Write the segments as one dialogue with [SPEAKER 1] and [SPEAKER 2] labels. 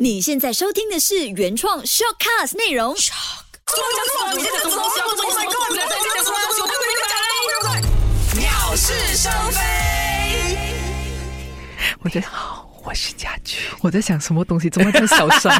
[SPEAKER 1] 你现在收听的是原创 shortcast 内容。
[SPEAKER 2] 我讲错了，你在讲什么东西啊？我在跟你在讲什么东西？我不跟你讲，鸟是生非。
[SPEAKER 3] 我在，哎我是家具。我在想什么东西？怎么这么小 声？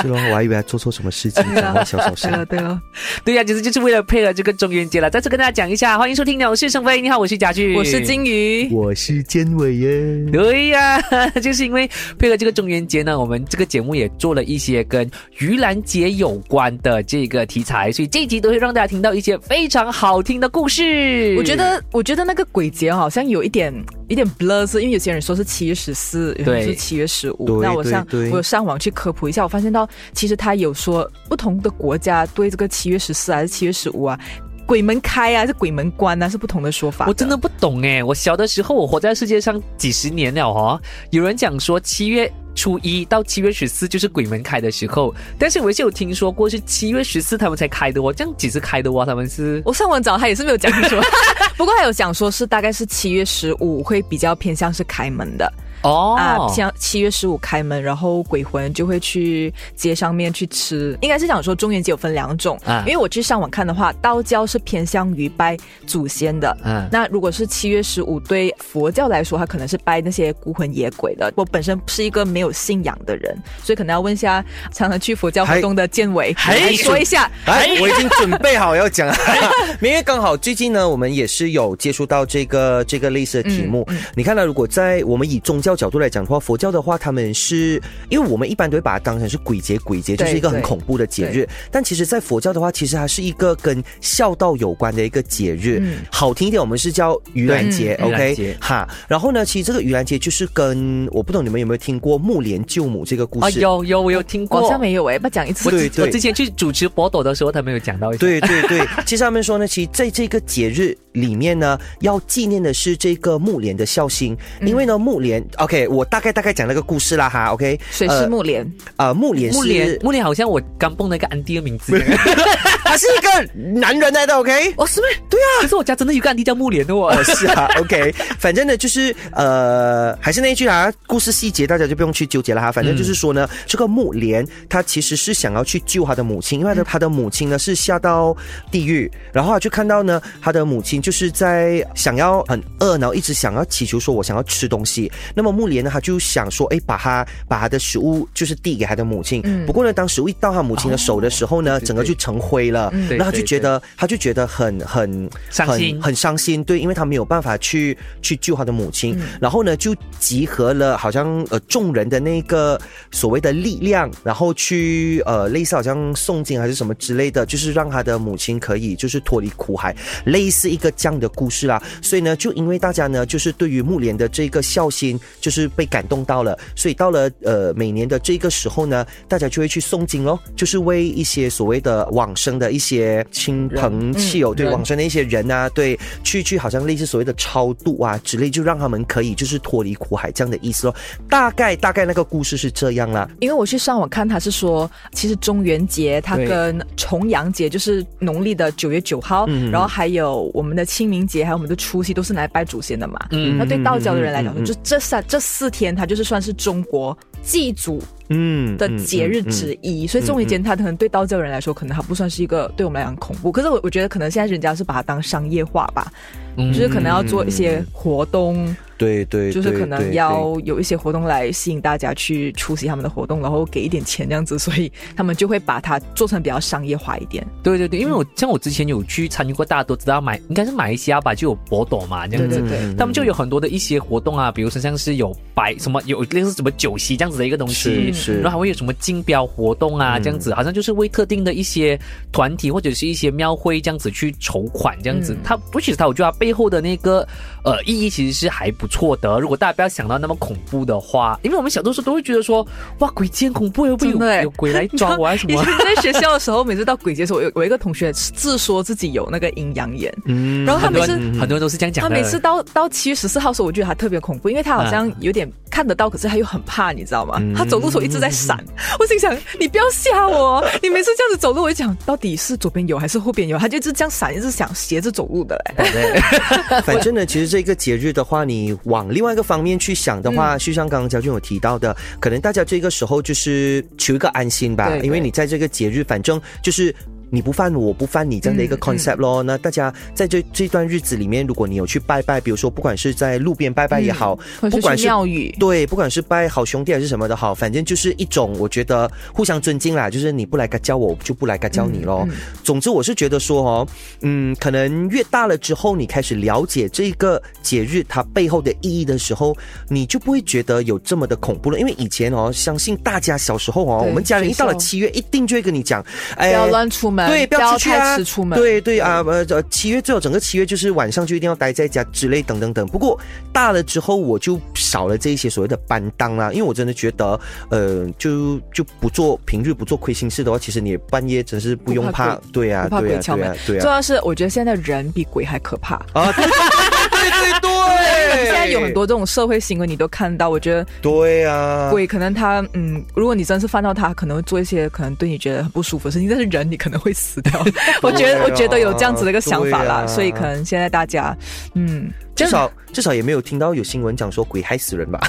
[SPEAKER 4] 是咯，我还以为他做错什么事情，讲话小小
[SPEAKER 3] 对啊了
[SPEAKER 4] 声。
[SPEAKER 3] 对了，
[SPEAKER 5] 对呀、其实就是为了配合这个中元节了。再次跟大家讲一下，欢迎收听《鸟事生非》，你好，我是家具，
[SPEAKER 3] 我是。金鱼。
[SPEAKER 4] 我是尖尾耶，
[SPEAKER 5] 对呀、就是因为配合这个中元节呢，我们这个节目也做了一些跟盂兰节有关的这个题材，所以这一集都会让大家听到一些非常好听的故事。
[SPEAKER 3] 我觉得，我觉得那个鬼节好像有一点有一点 blur，是因为有些人说是七月十四，有些人
[SPEAKER 5] 对
[SPEAKER 3] 是七月十
[SPEAKER 4] 对
[SPEAKER 3] 五。那我上
[SPEAKER 4] 对对
[SPEAKER 3] 我有上网去科普一下，我发现到其实他有说不同的国家对这个七月十四还是七月十五啊，鬼门开啊，还是鬼门关啊，是不同的说法。
[SPEAKER 5] 我真的不懂哎、我小的时候我活在世界上几十年了哦，有人讲说七月初一到七月十四就是鬼门开的时候，但是我也是有听说过是七月十四他们才开的哦，这样几次开的哦，他们是。
[SPEAKER 3] 我上网找他也是没有讲说， 不过他有讲说是大概是七月十五会比较偏向是开门的。
[SPEAKER 5] 哦，
[SPEAKER 3] 啊，像七月十五开门，然后鬼魂就会去街上面去吃。应该是讲说中元节有分两种，
[SPEAKER 5] 啊
[SPEAKER 3] 因为我去上网看的话，道教是偏向于拜祖先的。
[SPEAKER 5] 嗯，
[SPEAKER 3] 那如果是七月十五，对佛教来说，它可能是拜那些孤魂野鬼的。我本身是一个没有信仰的人，所以可能要问一下常常去佛教活动的建伟
[SPEAKER 4] 嗨
[SPEAKER 3] 来说一下。
[SPEAKER 4] 哎，我已经准备好要讲了， 因为刚好最近呢，我们也是有接触到这个这个类似的题目。你看到，如果在我们以宗教角度来讲的话，佛教的话，他们是因为我们一般都会把它当成是鬼节，鬼节就是一个
[SPEAKER 3] 对
[SPEAKER 4] 很
[SPEAKER 3] 对
[SPEAKER 4] 恐怖的节日。但其实，在佛教的话，其实它是一个跟孝道有关的一个节日。
[SPEAKER 3] 嗯
[SPEAKER 4] 好听一点，我们是叫盂兰节
[SPEAKER 5] 嗯盂兰
[SPEAKER 4] ，OK？
[SPEAKER 5] 节
[SPEAKER 4] 哈，然后呢，其实这个盂兰节就是跟我不懂你们有没有听过木莲救母这个故
[SPEAKER 5] 啊
[SPEAKER 4] 事？
[SPEAKER 5] 有有我有听过，
[SPEAKER 3] 好像没有哎、不讲一次
[SPEAKER 5] 我
[SPEAKER 4] 对
[SPEAKER 5] 之我之前去主持博斗的时候，他们有讲到一下，
[SPEAKER 4] 对对对，其实他们说呢，其实在这个节日里面呢，要纪念的是这个木莲的孝心，
[SPEAKER 5] 嗯
[SPEAKER 4] 因为呢，木莲，OK，我大概大概讲那个故事啦哈，OK，
[SPEAKER 3] 水师木莲，
[SPEAKER 4] 呃，木莲
[SPEAKER 5] 木莲
[SPEAKER 4] 是，
[SPEAKER 5] 木莲好像我刚蹦了一个安迪的名字，
[SPEAKER 4] 他是一个男人来的，OK。
[SPEAKER 5] 哦是吗？对啊，可是我家真的有个安迪叫木莲的哦，
[SPEAKER 4] 哦，是 啊，OK，反正呢，就是呃，还是那一句啊，故事细节大家就不用去纠结了哈。反正就是说
[SPEAKER 5] 嗯
[SPEAKER 4] 呢，这个木莲他其实是想要去救他的母亲，因为他的他的母亲呢是下到地狱，然后他就看到呢，他的母亲就是在想要很饿，然后一直想要祈求说，我想要吃东西。那么木莲呢，他就想说，哎，把他把他的食物就是递给他的母亲。
[SPEAKER 3] 嗯
[SPEAKER 5] 嗯
[SPEAKER 4] 不过呢，当食物一到他母亲的手的时候呢，整个就成灰了，
[SPEAKER 5] 嗯对
[SPEAKER 4] 然后他就
[SPEAKER 5] 对
[SPEAKER 4] 觉得他就觉得很很
[SPEAKER 5] 伤
[SPEAKER 4] 很
[SPEAKER 5] 心
[SPEAKER 4] 很伤心，对，因为他没有办法去去救他的母亲，
[SPEAKER 5] 嗯
[SPEAKER 4] 然后呢就集合了好像呃众人的那个所谓的力量，然后去呃类似好像诵经还是什么之类的，就是让他的母亲可以就是脱离苦海，类似一个这样的故事啦。所以呢，就因为大家呢就是对于木莲的这个孝心就是被感动到了，所以到了呃每年的这个时候呢，大家就会去诵经咯，就是为一些所谓的往生的一些亲朋戚友，对
[SPEAKER 5] 人
[SPEAKER 4] 往生。那一些人啊，对，去去好像类似所谓的超度啊之类，就让他们可以就是脱离苦海这样的意思咯。大概大概那个故事是这样啦。
[SPEAKER 3] 因为我去上网看，他是说，其实中元节它
[SPEAKER 5] 对
[SPEAKER 3] 跟重阳节，就是农历的九月九号，
[SPEAKER 4] 嗯
[SPEAKER 3] 然后还有我们的清明节，还有我们的除夕，都是拿来拜祖先的嘛。
[SPEAKER 5] 嗯
[SPEAKER 3] 那对道教的人来讲，
[SPEAKER 4] 嗯嗯嗯
[SPEAKER 3] 就这三这四天，它就是算是中国祭祖
[SPEAKER 4] 嗯
[SPEAKER 3] 的节日之一。所以中元节，它可能对道教人来说，可能它不算是一个对我们来讲恐怖。可是我我觉得，可能现在人家是把它当商业化吧，
[SPEAKER 5] 嗯
[SPEAKER 3] 就是可能要做一些活动。
[SPEAKER 4] 对对，
[SPEAKER 3] 就是可
[SPEAKER 4] 对
[SPEAKER 3] 能
[SPEAKER 4] 对
[SPEAKER 3] 要有一些活动来吸引大家去出席他们的活动，然后给一点钱这样子，所以他们就会把它做成比较商业化一 点。
[SPEAKER 5] 对对对，因为我像我之前有去参与过，大家都知道买应该是马来西亚吧，就有博斗嘛这样子
[SPEAKER 3] 对。
[SPEAKER 4] 嗯
[SPEAKER 3] 对
[SPEAKER 5] 他们就有很多的一些活动啊，比如说像是有摆什么有类似什么酒席这样子的一个东西
[SPEAKER 4] 是，是
[SPEAKER 5] 然后还会有什么竞标活动啊，
[SPEAKER 3] 嗯
[SPEAKER 5] 这样子，好像就是为特定的一些团体或者是一些庙会这样子去筹款这样
[SPEAKER 3] 嗯
[SPEAKER 5] 子。它不其实它，我觉得它背后的那个呃意义其实是还不错的。如果大家不要想到那么恐怖的话，因为我们小的时候都会觉得说，哇，鬼见恐怖，会不会
[SPEAKER 3] 真的
[SPEAKER 5] 有
[SPEAKER 3] 耶
[SPEAKER 5] 有鬼来抓我啊什
[SPEAKER 3] 以
[SPEAKER 5] 么
[SPEAKER 3] 前
[SPEAKER 5] 啊？
[SPEAKER 3] 在学校的时候，每次到鬼节的时候，我有我有一个同学自说自己有那个阴阳 眼，
[SPEAKER 4] 嗯
[SPEAKER 3] 然后他
[SPEAKER 5] 很
[SPEAKER 3] 每
[SPEAKER 5] 多
[SPEAKER 3] 次
[SPEAKER 5] 人很多人都是这样讲
[SPEAKER 3] 他
[SPEAKER 5] 的。
[SPEAKER 3] 每次到到七月十四号的时候，我觉得他特别恐怖，因为他好像有点看得到，可是他又很怕，你知道吗？
[SPEAKER 4] 嗯
[SPEAKER 3] 他走路的时候一直在闪，我心想你不要吓 我，哦你每次这样子走路，我就想到底是左边有还是后边有，他就一直这样闪，一直想斜着走路的哎嘞。
[SPEAKER 4] 反正呢，其实这个节日的话，你往另外一个方面去想的
[SPEAKER 3] 嗯
[SPEAKER 4] 话，就像刚刚焦俊有提到的，可能大家这个时候就是求一个安心吧，
[SPEAKER 3] 对对
[SPEAKER 4] 因为你在这个节日，反正就是。你不犯我，我不犯你这样的一
[SPEAKER 3] 嗯
[SPEAKER 4] 个 concept 咯。那大家在这这段日子里面，如果你有去拜拜，比如说不管是在路边拜拜也好，
[SPEAKER 3] 嗯或者
[SPEAKER 4] 不
[SPEAKER 3] 是
[SPEAKER 4] 管
[SPEAKER 3] 去
[SPEAKER 4] 是
[SPEAKER 3] 庙宇
[SPEAKER 4] 对，不管是拜好兄弟还是什么的好，反正就是一种我觉得互相尊敬啦，就是你不来该教我，我就不来该教你
[SPEAKER 3] 嗯
[SPEAKER 4] 咯。总之，我是觉得说哦，嗯，可能越大了之后，你开始了解这个节日它背后的意义的时候，你就不会觉得有这么的恐怖了。因为以前哦，相信大家小时候哦，
[SPEAKER 3] 对
[SPEAKER 4] 我们家人一到了
[SPEAKER 3] 学校
[SPEAKER 4] 七月，一定就会跟你讲，哎，
[SPEAKER 3] 不要乱出门
[SPEAKER 4] 对，不
[SPEAKER 3] 不
[SPEAKER 4] 要
[SPEAKER 3] 要
[SPEAKER 4] 出去啊，
[SPEAKER 3] 太迟出门
[SPEAKER 4] 对对啊，
[SPEAKER 3] 嗯
[SPEAKER 4] 呃，呃七月最后整个七月就是晚上就一定要待在家之类等等等。不过大了之后，我就少了这一些所谓的担当啦，因为我真的觉得，呃，就就不做平日不做亏心事的话，其实你也半夜真是不用
[SPEAKER 3] 不怕
[SPEAKER 4] 怕
[SPEAKER 3] 鬼，
[SPEAKER 4] 对啊，
[SPEAKER 3] 不怕
[SPEAKER 4] 对
[SPEAKER 3] 鬼
[SPEAKER 4] 啊，
[SPEAKER 3] 敲
[SPEAKER 4] 对
[SPEAKER 3] 门
[SPEAKER 4] 啊，对
[SPEAKER 3] 重
[SPEAKER 4] 啊，
[SPEAKER 3] 要是我觉得现在人比鬼还可怕。
[SPEAKER 4] 啊，对对对 对，
[SPEAKER 3] 现在有很多这种社会新闻，你都看到。我觉得
[SPEAKER 4] 对啊，
[SPEAKER 3] 鬼可能他，嗯，如果你真是犯到他，可能会做一些可能对你觉得很不舒服的事情。但是人，你可能会死掉。 我觉得，我觉得有这样子的一个想法啦，
[SPEAKER 4] 啊对啊
[SPEAKER 3] 所以可能现在大家，嗯，
[SPEAKER 4] 至少至少也没有听到有新闻讲说鬼害死人吧，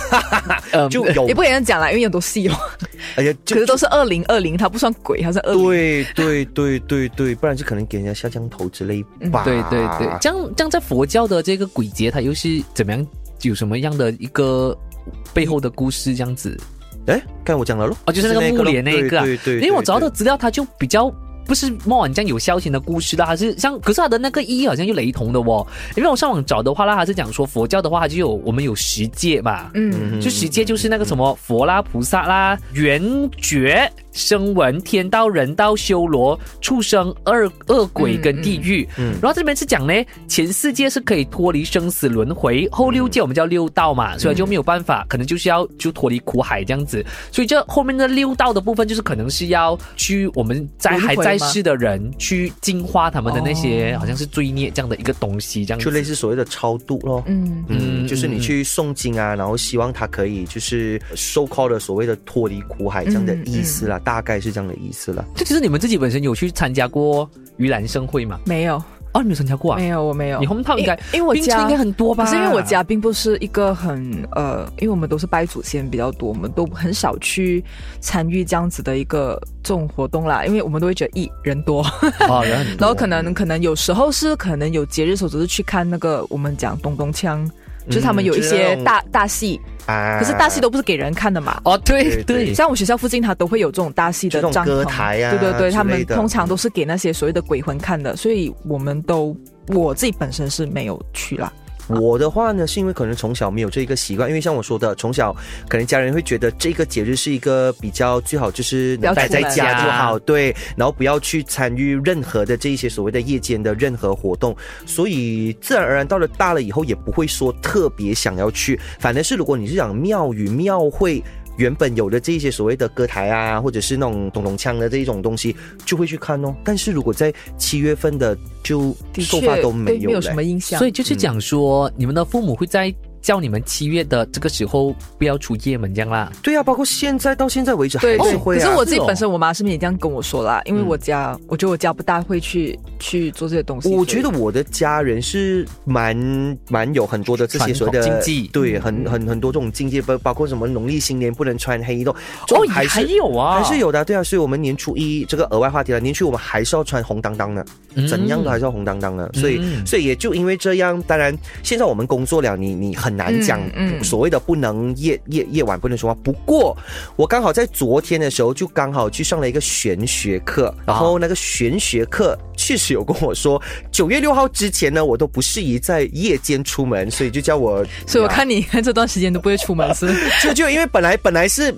[SPEAKER 5] 呃
[SPEAKER 4] 就有
[SPEAKER 3] 嗯也，不给人讲啦，因为有都戏哦。
[SPEAKER 4] 哎呀，
[SPEAKER 3] 可
[SPEAKER 4] 就是
[SPEAKER 3] 都是二零二零，它不算鬼，它是二零。
[SPEAKER 4] 对对对对对，不然就可能给人家下降头之类
[SPEAKER 3] 嗯
[SPEAKER 4] 吧。
[SPEAKER 5] 对对对，
[SPEAKER 3] 啊
[SPEAKER 5] 这样这样在佛教的这个鬼节，它又是怎么样？有什么样的一个背后的故事？这样子
[SPEAKER 4] 哎，刚才我讲了咯，
[SPEAKER 5] 哦，就是那个木
[SPEAKER 4] 咯
[SPEAKER 5] 莲那一个、啊，
[SPEAKER 4] 对对对，
[SPEAKER 5] 因为我找到的
[SPEAKER 4] 对
[SPEAKER 5] 资料，它就比较。不是莫晚这样有消遣的故事啦，还是像，可是它的那个意义好像又雷同的哦。因为我上网找的话啦，它是讲说佛教的话，它就有我们有十戒嘛，
[SPEAKER 3] 嗯，
[SPEAKER 5] 就十戒就是那个什么佛啦、菩萨啦、圆觉、声闻、天道、人道、修罗、畜生、恶恶鬼跟地狱。
[SPEAKER 4] 嗯嗯嗯
[SPEAKER 5] 然后这边是讲呢，前四界是可以脱离生死轮回，后六界我们叫六道嘛，所以就没有办法，可能就是要就脱离苦海这样子。所以这后面的六道的部分，就是可能是要去我们在
[SPEAKER 3] 轮
[SPEAKER 5] 还
[SPEAKER 3] 回吗
[SPEAKER 5] 在世的人去净化他们的那些
[SPEAKER 3] 哦
[SPEAKER 5] 好像是罪孽这样的一个东西，这样
[SPEAKER 4] 就类
[SPEAKER 5] 子。
[SPEAKER 4] 似所谓的超度咯。
[SPEAKER 3] 嗯，
[SPEAKER 4] 嗯，
[SPEAKER 5] 嗯
[SPEAKER 4] 就是你
[SPEAKER 5] 嗯
[SPEAKER 4] 去诵经啊，然后希望他可以就是受 call 的所谓的脱离苦海这样的意思
[SPEAKER 5] 嗯
[SPEAKER 4] 啦，大概是这样的意思啦。
[SPEAKER 5] 这其实你们自己本身有去参加过盂兰盛会吗？
[SPEAKER 3] 没有，
[SPEAKER 5] 哦，你没有参加过啊？
[SPEAKER 3] 没有，我没有。
[SPEAKER 5] 你 hometown 应该，
[SPEAKER 3] 因因为我
[SPEAKER 5] 槟城
[SPEAKER 3] 家
[SPEAKER 5] 应该很多吧？
[SPEAKER 3] 可是因为我家并不是一个很呃，因为我们都是拜祖先比较多，我们都很少去参与这样子的一个这种活动啦，因为我们都会觉得一人 多，
[SPEAKER 5] 哦，人很多
[SPEAKER 3] 然后可能可能有时候是可能有节日的时候只是去看那个我们讲东东腔，就是他们有一
[SPEAKER 4] 嗯就是那
[SPEAKER 3] 些
[SPEAKER 4] 种
[SPEAKER 3] 大大戏，
[SPEAKER 4] 啊，
[SPEAKER 3] 可是大戏都不是给人看的嘛。
[SPEAKER 5] 哦，
[SPEAKER 4] 对
[SPEAKER 5] 对
[SPEAKER 4] 对
[SPEAKER 5] 对，
[SPEAKER 3] 像我学校附近，它都会有这种大戏的
[SPEAKER 4] 就那种
[SPEAKER 3] 帐
[SPEAKER 4] 歌
[SPEAKER 3] 篷，
[SPEAKER 4] 台啊
[SPEAKER 3] 对对对，
[SPEAKER 4] 之
[SPEAKER 3] 他
[SPEAKER 4] 类
[SPEAKER 3] 们
[SPEAKER 4] 的
[SPEAKER 3] 通常都是给那些所谓的鬼魂看的，所以我们都我自己本身是没有去啦。
[SPEAKER 4] 我的话呢，是因为可能从小没有这一个习惯，因为像我说的，从小可能家人会觉得这个节日是一个比较最好就是
[SPEAKER 3] 不要
[SPEAKER 4] 待在
[SPEAKER 3] 出门
[SPEAKER 4] 家就
[SPEAKER 5] 啊
[SPEAKER 4] 好，对，然后不要去参与任何的这一些所谓的夜间的任何活动，所以自然而然到了大了以后也不会说特别想要去，反正是如果你是讲庙宇庙会。原本有的这一些所谓的歌台啊，或者是那种咚咚锵的这一种东西，就会去看哦。但是如果在七月份的，就
[SPEAKER 3] 的
[SPEAKER 4] 说
[SPEAKER 3] 确，
[SPEAKER 4] 法都
[SPEAKER 3] 对
[SPEAKER 4] 没有
[SPEAKER 3] 没有
[SPEAKER 4] 嘞
[SPEAKER 3] 什么印象。
[SPEAKER 5] 所以就是讲说，你们的父母会在叫你们七月的这个时候不要出夜门这样啦。
[SPEAKER 4] 对啊，包括现在到现在为止还
[SPEAKER 3] 对
[SPEAKER 4] 是
[SPEAKER 3] 对，
[SPEAKER 4] 会
[SPEAKER 3] 可
[SPEAKER 4] 啊。嗯
[SPEAKER 3] 是我自己
[SPEAKER 5] 是哦
[SPEAKER 3] 本身，我妈是不是也这样跟我说啦？因为我家，我觉得我家不大会去去做这些东西。
[SPEAKER 4] 我
[SPEAKER 3] 所以
[SPEAKER 4] 觉得我的家人是蛮蛮有很多的这些所谓的
[SPEAKER 5] 传统嗯禁忌
[SPEAKER 4] 对，很很很多这种禁忌，包包括什么农历新年不能穿黑衣都，这
[SPEAKER 5] 哦
[SPEAKER 4] 种，还
[SPEAKER 5] 还
[SPEAKER 4] 是。
[SPEAKER 5] 有啊，
[SPEAKER 4] 还是有的，对啊，所以我们年初一这个额外话题了，年初一我们还是要穿红当当的，
[SPEAKER 5] 嗯
[SPEAKER 4] 怎样都还是要红当当的，所以
[SPEAKER 5] 嗯
[SPEAKER 4] 所以也就因为这样，当然现在我们工作了，你你很难讲
[SPEAKER 3] 嗯嗯
[SPEAKER 4] 所谓的不能夜夜夜晚不能说话。不过我刚好在昨天的时候就刚好去上了一个玄学课，然后那个玄学课确实有跟我说，九月六号之前呢，我都不适宜在夜间出门，所以就叫我，
[SPEAKER 3] 所以我看你这段时间都不会出门是不是。
[SPEAKER 4] 就就因为本来本来是。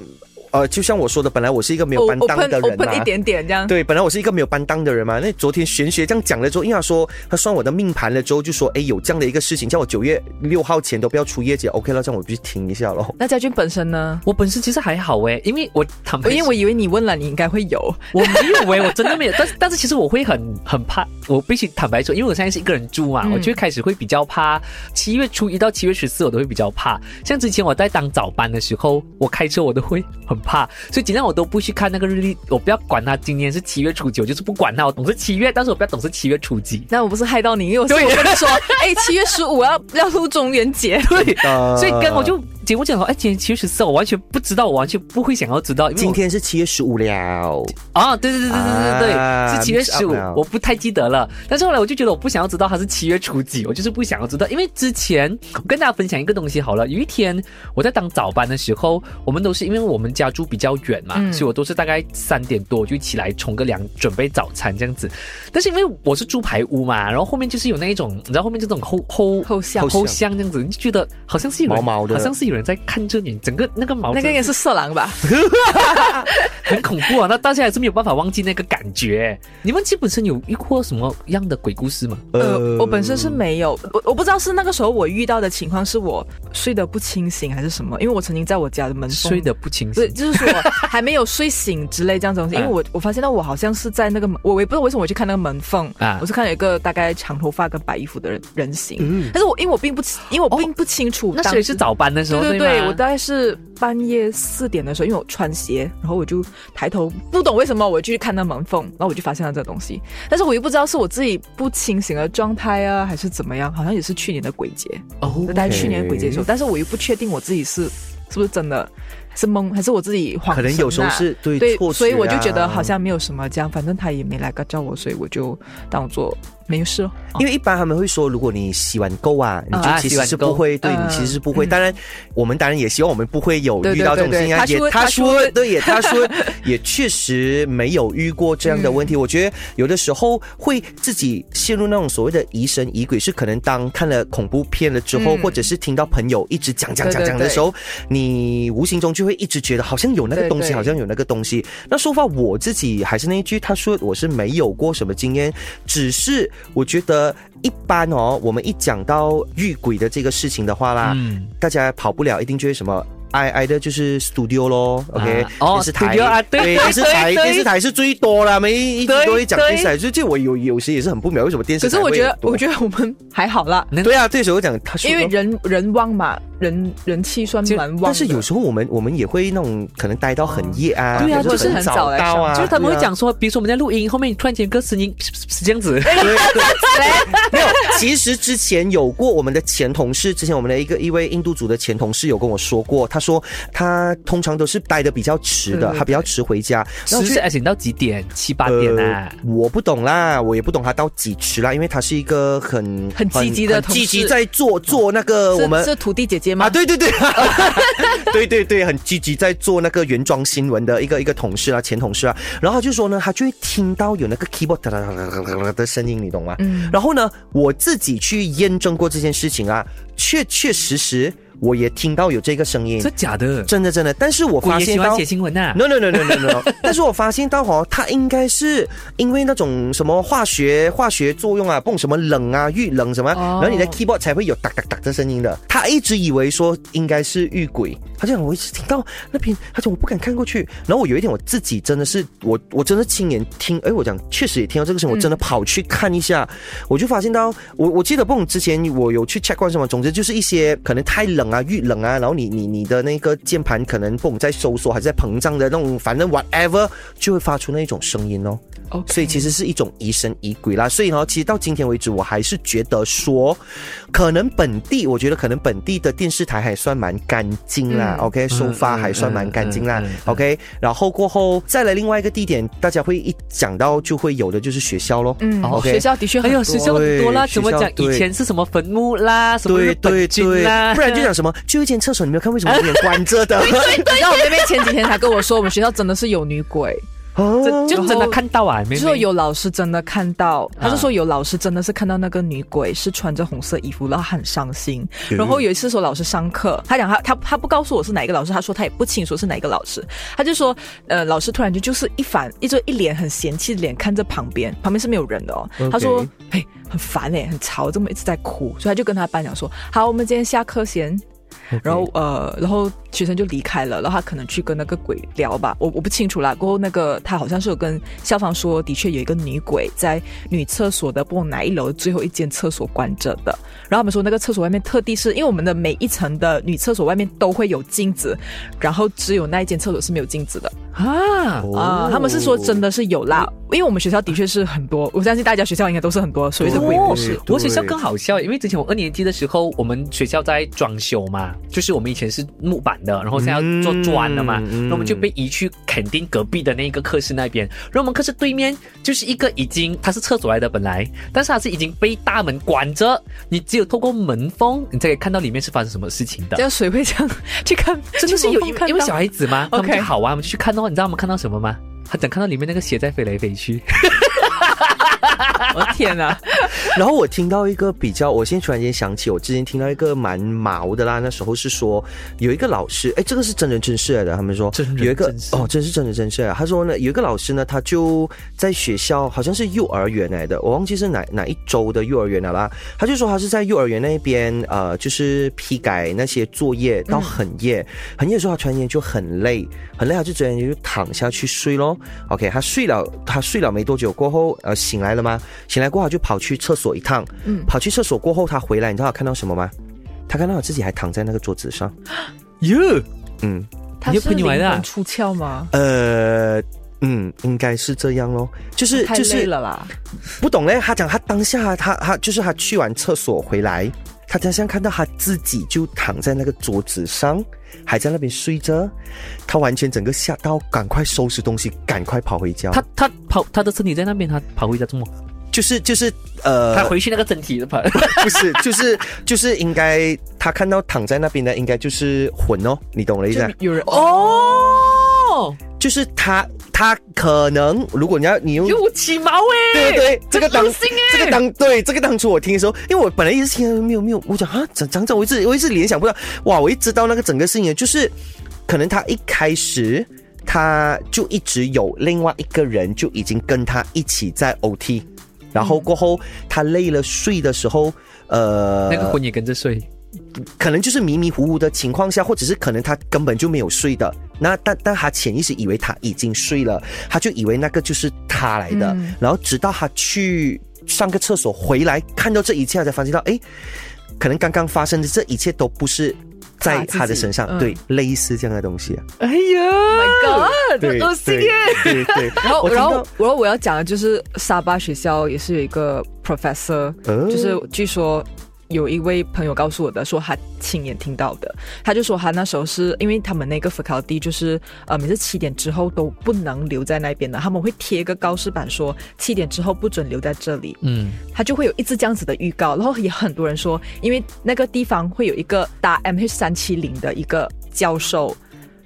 [SPEAKER 4] 呃，就像我说的，本来我是一个没有担当
[SPEAKER 3] open
[SPEAKER 4] 的人啊
[SPEAKER 3] open
[SPEAKER 4] 嘛、
[SPEAKER 3] 哦一点点这样。
[SPEAKER 4] 对，本来我是一个没有担当的人嘛。那昨天玄学这样讲了之后，因为他说他算我的命盘了之后，就说哎有这样的一个事情，叫我九月六号前都不要出业绩，OK 了，这样我必须停一下咯。
[SPEAKER 3] 那家俊本身呢？
[SPEAKER 5] 我本身其实还好诶，哦因为我坦白
[SPEAKER 3] 我因为我以为你问了，你应该会有。
[SPEAKER 5] 我没有欸诶，我真的没有。 但是但是其实我会很很怕，我必须坦白说，因为我现在是一个人住嘛，我就会开始会比较怕。七月初一到七月十四我都会比较怕。像之前我在当早班的时候，我开车我都会很怕， 所以尽量我都不去看那个日历，我不要管它今天是七月初几，我就是不管它，我懂是七月，但是我不要懂是七月初几。
[SPEAKER 3] 那我不是害到你，因为我是
[SPEAKER 5] 对
[SPEAKER 3] 我跟 你说，哎，七月十五要要录中元节，
[SPEAKER 5] 对，
[SPEAKER 4] 呃
[SPEAKER 5] 所以跟我就节目讲说，哎，今天七月十四，我完全不知道，我完全不会想要知道，因为我
[SPEAKER 4] 今天是七月十五了，
[SPEAKER 5] 啊，对对对对对对对，
[SPEAKER 4] 啊
[SPEAKER 5] 是七月
[SPEAKER 4] mix up
[SPEAKER 5] 十五
[SPEAKER 4] 了，
[SPEAKER 5] 我不太记得了。但是后来我就觉得我不想要知道它是七月初几，我就是不想要知道，因为之前我跟大家分享一个东西好了，有一天我在当早班的时候，我们都是因为我们家住比较远嘛，
[SPEAKER 3] 嗯
[SPEAKER 5] 所以我都是大概三点多我就起来冲个凉，准备早餐这样子。但是因为我是住排屋嘛，然后后面就是有那一种，你知道后面这种后后
[SPEAKER 3] 后巷
[SPEAKER 5] 后巷这样子，你就觉得好像是有人
[SPEAKER 4] 毛毛的
[SPEAKER 5] 好像是有人在看着你，整个那个毛
[SPEAKER 3] 那
[SPEAKER 5] 真的
[SPEAKER 3] 个应该是色狼吧？
[SPEAKER 5] 很恐怖啊！那到现在还是没有办法忘记那个感觉。你们基本身有遇过什么样的鬼故事吗？
[SPEAKER 3] 呃，我本身是没有，我我不知道是那个时候我遇到的情况是我睡得不清醒还是什么，因为我曾经在我家的门缝
[SPEAKER 5] 睡得不嗯清
[SPEAKER 3] 不是，
[SPEAKER 5] 醒，
[SPEAKER 3] 就是说还没有睡醒之类这样子 东西，因为我我发现到我好像是在那个门，我我也不知道为什么我去看那个门缝
[SPEAKER 5] 啊
[SPEAKER 3] 我是看到有一个大概长头发跟白衣服的人人形，但是我因为我并不因为我并不清楚
[SPEAKER 5] 嗯哦那
[SPEAKER 3] 当
[SPEAKER 5] 所以是早班的时候，
[SPEAKER 3] 对对
[SPEAKER 5] 对
[SPEAKER 3] 对，
[SPEAKER 5] 吗
[SPEAKER 3] 我大概是半夜四点的时候，因为我穿鞋，然后我就抬头，不懂为什么我就去看那门缝，然后我就发现了这个东西，但是我又不知道是我自己不清醒的状态啊，还是怎么样，好像也是去年的鬼节，
[SPEAKER 5] 哦
[SPEAKER 3] 就大概去年的鬼节的时候，但是我又不确定我自己是是不是真的是梦，还是我自己恍神啊、
[SPEAKER 4] 呃可能有时候是对
[SPEAKER 3] 对
[SPEAKER 4] 错，觉
[SPEAKER 3] 所以我就觉得
[SPEAKER 4] 啊
[SPEAKER 3] 好像没有什么这样，反正他也没来个叫我，所以我就当做没事哦。
[SPEAKER 4] 因为一般他们会说，如果你洗完够啊，你就
[SPEAKER 5] 啊
[SPEAKER 4] 其
[SPEAKER 5] 洗
[SPEAKER 4] 实
[SPEAKER 5] 完
[SPEAKER 4] 是
[SPEAKER 5] 够
[SPEAKER 4] 不会，对
[SPEAKER 3] 嗯
[SPEAKER 4] 你其实是不会。当然，我们当然也希望我们不会有
[SPEAKER 3] 对对
[SPEAKER 4] 遇到这种
[SPEAKER 3] 对对
[SPEAKER 4] 事情啊。
[SPEAKER 3] 他
[SPEAKER 4] 也
[SPEAKER 3] 说
[SPEAKER 4] 他
[SPEAKER 3] 他说
[SPEAKER 4] 说， 对，也他说，也确实没有遇过这样的问
[SPEAKER 3] 嗯
[SPEAKER 4] 题。我觉得有的时候会自己陷入那种所谓的疑神疑鬼，是可能当看了恐怖片了之后，
[SPEAKER 3] 嗯
[SPEAKER 4] 或者是听到朋友一直讲讲
[SPEAKER 3] 对
[SPEAKER 4] 讲
[SPEAKER 3] 对
[SPEAKER 4] 讲的
[SPEAKER 3] 对
[SPEAKER 4] 时候，你无形中就会一直觉得好像有那个
[SPEAKER 3] 对
[SPEAKER 4] 东西，
[SPEAKER 3] 对
[SPEAKER 4] 好像。有那个东西。那说法我自己还是那一句，他说我是没有过什么经验，只是我觉得一般哦，我们一讲到遇鬼的这个事情的话啦，
[SPEAKER 5] 嗯
[SPEAKER 4] 大家跑不了，一定就会什么。挨挨的就是 studio 咯，OK，、
[SPEAKER 5] 哦
[SPEAKER 4] 电视台
[SPEAKER 5] studio 啊对对
[SPEAKER 4] 电视台
[SPEAKER 5] 对对
[SPEAKER 4] 电视台是最多啦，每一一直
[SPEAKER 5] 对
[SPEAKER 4] 都会讲
[SPEAKER 5] 对
[SPEAKER 4] 电视台，所以这我有有时也是很不明白为什么电视
[SPEAKER 3] 可是
[SPEAKER 4] 台
[SPEAKER 3] 我
[SPEAKER 4] 会
[SPEAKER 3] 觉
[SPEAKER 4] 有
[SPEAKER 3] 得，我觉得我们还好 啦，
[SPEAKER 4] 对啊，对手我讲他说
[SPEAKER 3] 因为
[SPEAKER 4] 咯
[SPEAKER 3] 人人旺嘛，人人气算蛮旺的，
[SPEAKER 4] 但是有时候我们我们也会那种可能待到很夜啊，
[SPEAKER 5] 对啊
[SPEAKER 4] 或者
[SPEAKER 5] 就是
[SPEAKER 3] 很早
[SPEAKER 4] 早
[SPEAKER 3] 来
[SPEAKER 4] 到
[SPEAKER 3] 上
[SPEAKER 4] 啊，
[SPEAKER 5] 就是他们会
[SPEAKER 4] 对啊
[SPEAKER 5] 讲说，比如说我们在录音，后面突然间有个声音 是这样子，
[SPEAKER 4] 对对，没有。其实之前有过我们的前同事，之前我们的一个一位印度族的前同事有跟我说过，他说他通常都是待的比较迟
[SPEAKER 3] 对
[SPEAKER 4] 的，
[SPEAKER 3] 对
[SPEAKER 4] 他比较迟回家，然后
[SPEAKER 5] 是
[SPEAKER 4] 我就
[SPEAKER 5] 而且到几点？七八点啊？
[SPEAKER 4] 呃我不懂啦，我也不懂他到几迟啦，因为他是一个很
[SPEAKER 3] 很积极的
[SPEAKER 4] 很
[SPEAKER 3] 同事
[SPEAKER 4] 积极在做做那个
[SPEAKER 3] 是
[SPEAKER 4] 我们
[SPEAKER 3] 是土地姐姐吗？
[SPEAKER 4] 啊，对对 对，对对对，很积极在做那个原装新闻的一个一个同事啊，前同事啊，然后他就说呢，他就会听到有那个 keyboard 哒哒哒哒哒哒的声音，你懂吗？
[SPEAKER 3] 嗯
[SPEAKER 4] 然后呢，我自己去验证过这件事情啊，确确实实我也听到有这个声音
[SPEAKER 5] 这，假的？
[SPEAKER 4] 真的真的，但是我
[SPEAKER 5] 鬼
[SPEAKER 4] 发
[SPEAKER 5] 也
[SPEAKER 4] 现
[SPEAKER 5] 喜欢
[SPEAKER 4] 到
[SPEAKER 5] 写。啊新闻呐、
[SPEAKER 4] No no no no no no！但 是我发现到哦，它应该是因为那种什么化学化学作用啊，蹦什么冷啊、遇冷什么，
[SPEAKER 3] 哦
[SPEAKER 4] 然后你的 keyboard 才会有哒哒哒的声音的。他一直以为说应该是遇鬼，他就讲我一直听到那边，他讲我不敢看过去。然后我有一天我自己真的是我我真的亲眼听，哎，我讲确实也听到这个声音，我真的跑去看一下，我就发现到我我记得蹦之前我有去 check 过什么，总之就是一些可能太冷啊、遇冷啊，然后你你你的那个键盘可能蹦在收缩还是在膨胀的那种，反正 whatever 就会发出那一种声音哦。
[SPEAKER 3] OK
[SPEAKER 4] 所以其实是一种疑神疑鬼啦。所以呢，其实到今天为止，我还是觉得说，可能本地，我觉得可能本地的电视台还算蛮干净啦。
[SPEAKER 3] 嗯
[SPEAKER 4] OK，收发
[SPEAKER 5] 嗯
[SPEAKER 4] 还算蛮干净啦。
[SPEAKER 5] 嗯嗯嗯嗯
[SPEAKER 4] OK，然后过后再来另外一个地点，大家会一讲到就会有的就是学校咯。
[SPEAKER 3] 嗯
[SPEAKER 4] 哦，OK
[SPEAKER 3] 学校的确
[SPEAKER 5] 哎
[SPEAKER 3] 很多，
[SPEAKER 5] 呦，学校很多啦，
[SPEAKER 4] 对
[SPEAKER 5] 怎么
[SPEAKER 4] 学
[SPEAKER 5] 讲
[SPEAKER 4] 校？对
[SPEAKER 5] 以前是什么坟墓啦，什么
[SPEAKER 4] 对
[SPEAKER 5] 日
[SPEAKER 4] 对
[SPEAKER 5] 本军
[SPEAKER 4] 对，
[SPEAKER 5] 啦，
[SPEAKER 3] 啊
[SPEAKER 4] 不然就讲什么，就一间 厕所，你没有看为什么永远关着的？
[SPEAKER 3] 你知道我妹妹前几天才跟我说，我们学校真的是有女鬼。
[SPEAKER 4] 哦嗯
[SPEAKER 5] 这就真的看到啊，妹
[SPEAKER 3] 之后
[SPEAKER 5] 妹
[SPEAKER 3] 有老师真的看到，他是
[SPEAKER 5] 啊
[SPEAKER 3] 说有老师真的是看到那个女鬼是穿着红色衣服，然后很伤心。
[SPEAKER 4] 嗯
[SPEAKER 3] 然后有一次说老师上课，他讲他他他不告诉我是哪一个老师，他说他也不清楚是哪一个老师，他就说呃老师突然就就是一反一就一脸很嫌弃的脸看着旁边，旁边是没有人的哦。
[SPEAKER 4] OK
[SPEAKER 3] 他说嘿很烦哎、很吵，这么一直在哭，所以他就跟他班长说好，我们今天下课先。然后呃，然后学生就离开了，然后他可能去跟那个鬼聊吧，我我不清楚啦。过后那个他好像是有跟消防说，的确有一个女鬼在女厕所的不懂哪一楼最后一间厕所关着的。然后他们说那个厕所外面特地是因为我们的每一层的女厕所外面都会有镜子，然后只有那一间厕所是没有镜子的
[SPEAKER 5] 啊，
[SPEAKER 4] 哦
[SPEAKER 3] 啊、他们是说真的是有啦，因为我们学校的确是很多，我相信大家学校应该都是很多所谓的
[SPEAKER 5] 哦
[SPEAKER 3] 鬼故事。
[SPEAKER 4] 对
[SPEAKER 5] 我学校更好笑，因为之前我二年级的时候，我们学校在装修嘛，就是我们以前是木板的，然后现在要做砖的嘛，
[SPEAKER 4] 嗯嗯
[SPEAKER 5] 然后我们就被移去垦丁隔壁的那个课室那边，然后我们课室对面就是一个已经它是厕所来的本来，但是它是已经被大门关着，你只有透过门缝，你才可以看到里面是发生什么事情的
[SPEAKER 4] 啊
[SPEAKER 3] 这。样谁会这样去看？
[SPEAKER 5] 真的是有
[SPEAKER 3] 去
[SPEAKER 5] 因
[SPEAKER 3] 看
[SPEAKER 5] 为因为
[SPEAKER 3] 到
[SPEAKER 5] 小孩子嘛，他们
[SPEAKER 3] OK
[SPEAKER 5] 就好玩，啊我们就去看到，你知道我们看到什么吗？他想看到里面那个鞋在飞来飞去，
[SPEAKER 3] 我的哦天哪！
[SPEAKER 4] 然后我听到一个比较，我现在突然间想起，我之前听到一个蛮毛的啦，那时候是说有一个老师，哎，这个是真人真事来的，他们说
[SPEAKER 5] 真人
[SPEAKER 4] 有一个
[SPEAKER 5] 真事
[SPEAKER 4] 哦，真是真人真事来的，他说呢，有一个老师呢，他就在学校好像是幼儿园来的，我忘记是哪哪一周的幼儿园了啦，他就说他是在幼儿园那边呃，就是批改那些作业到很夜，很夜的时候他突然间就很累，很累，他就直接就躺下去睡咯。OK，他睡了，他睡了没多久过后，呃，醒来了吗？醒来过后他就跑去厕所一趟，嗯，跑去厕所过后他回来，你知道他看到什么吗？他看到他自己还躺在那个桌子上，
[SPEAKER 5] 哟，
[SPEAKER 4] 嗯，
[SPEAKER 3] 他
[SPEAKER 5] 你
[SPEAKER 3] 是
[SPEAKER 5] 又不你玩的啊
[SPEAKER 3] 灵魂出窍吗？
[SPEAKER 4] 呃。嗯，应该是这样咯，就是
[SPEAKER 3] 太
[SPEAKER 4] 就
[SPEAKER 3] 累
[SPEAKER 4] 是
[SPEAKER 3] 了啦，
[SPEAKER 4] 不懂嘞。他讲他当下他他就是他去完厕所回来，他当下看到他自己就躺在那个桌子上，还在那边睡着，他完全整个吓到，赶快收拾东西，赶快跑回家。
[SPEAKER 5] 他他跑他的身体在那边，他跑回家这么，
[SPEAKER 4] 就是就是呃，
[SPEAKER 5] 他回去那个身体的跑。
[SPEAKER 4] 不是，就是就是应该他看到躺在那边的，应该就是魂哦，你懂我的意思 啊？
[SPEAKER 3] 有人哦，
[SPEAKER 4] 就是他他可能，如果你要你用。
[SPEAKER 5] 有起毛哎、
[SPEAKER 4] 对对，这个当
[SPEAKER 5] 恶心欸
[SPEAKER 4] 这个当对这个当初我听的时候，因为我本来一直听没有没有，我讲啊，讲讲讲，我一直我一直联想不到，哇，我一知道那个整个事情就是，可能他一开始他就一直有另外一个人就已经跟他一起在 OT，然后过后他累了睡的时候，呃，
[SPEAKER 5] 哦那个魂也跟着睡，
[SPEAKER 4] 可能就是迷迷糊糊的情况下，或者是可能他根本就没有睡的。那但但他潜意识以为他已经睡了，他就以为那个就是他来的。
[SPEAKER 3] 嗯
[SPEAKER 4] 然后直到他去上个厕所回来，看到这一切，他才发现到，哎，可能刚刚发生的这一切都不是在
[SPEAKER 3] 他自己
[SPEAKER 4] 他的身上，
[SPEAKER 3] 嗯
[SPEAKER 4] 对，类似这样的东西啊。
[SPEAKER 5] 哎呀
[SPEAKER 3] Oh God，
[SPEAKER 4] 对，
[SPEAKER 3] 恶心耶！
[SPEAKER 4] 对对。
[SPEAKER 3] 然后，
[SPEAKER 4] 我听
[SPEAKER 3] 然
[SPEAKER 4] 到
[SPEAKER 3] 后，然后我要讲的就是沙巴学校也是有一个 professor，、
[SPEAKER 4] 嗯
[SPEAKER 3] 就是据说有一位朋友告诉我的，说他亲眼听到的。他就说他那时候是因为他们那个 faculty 就是呃每次七点之后都不能留在那边的，他们会贴一个告示板说七点之后不准留在这里。
[SPEAKER 5] 嗯，
[SPEAKER 3] 他就会有一直这样子的预告，然后也很多人说，因为那个地方会有一个打 MH 三七零的一个教授。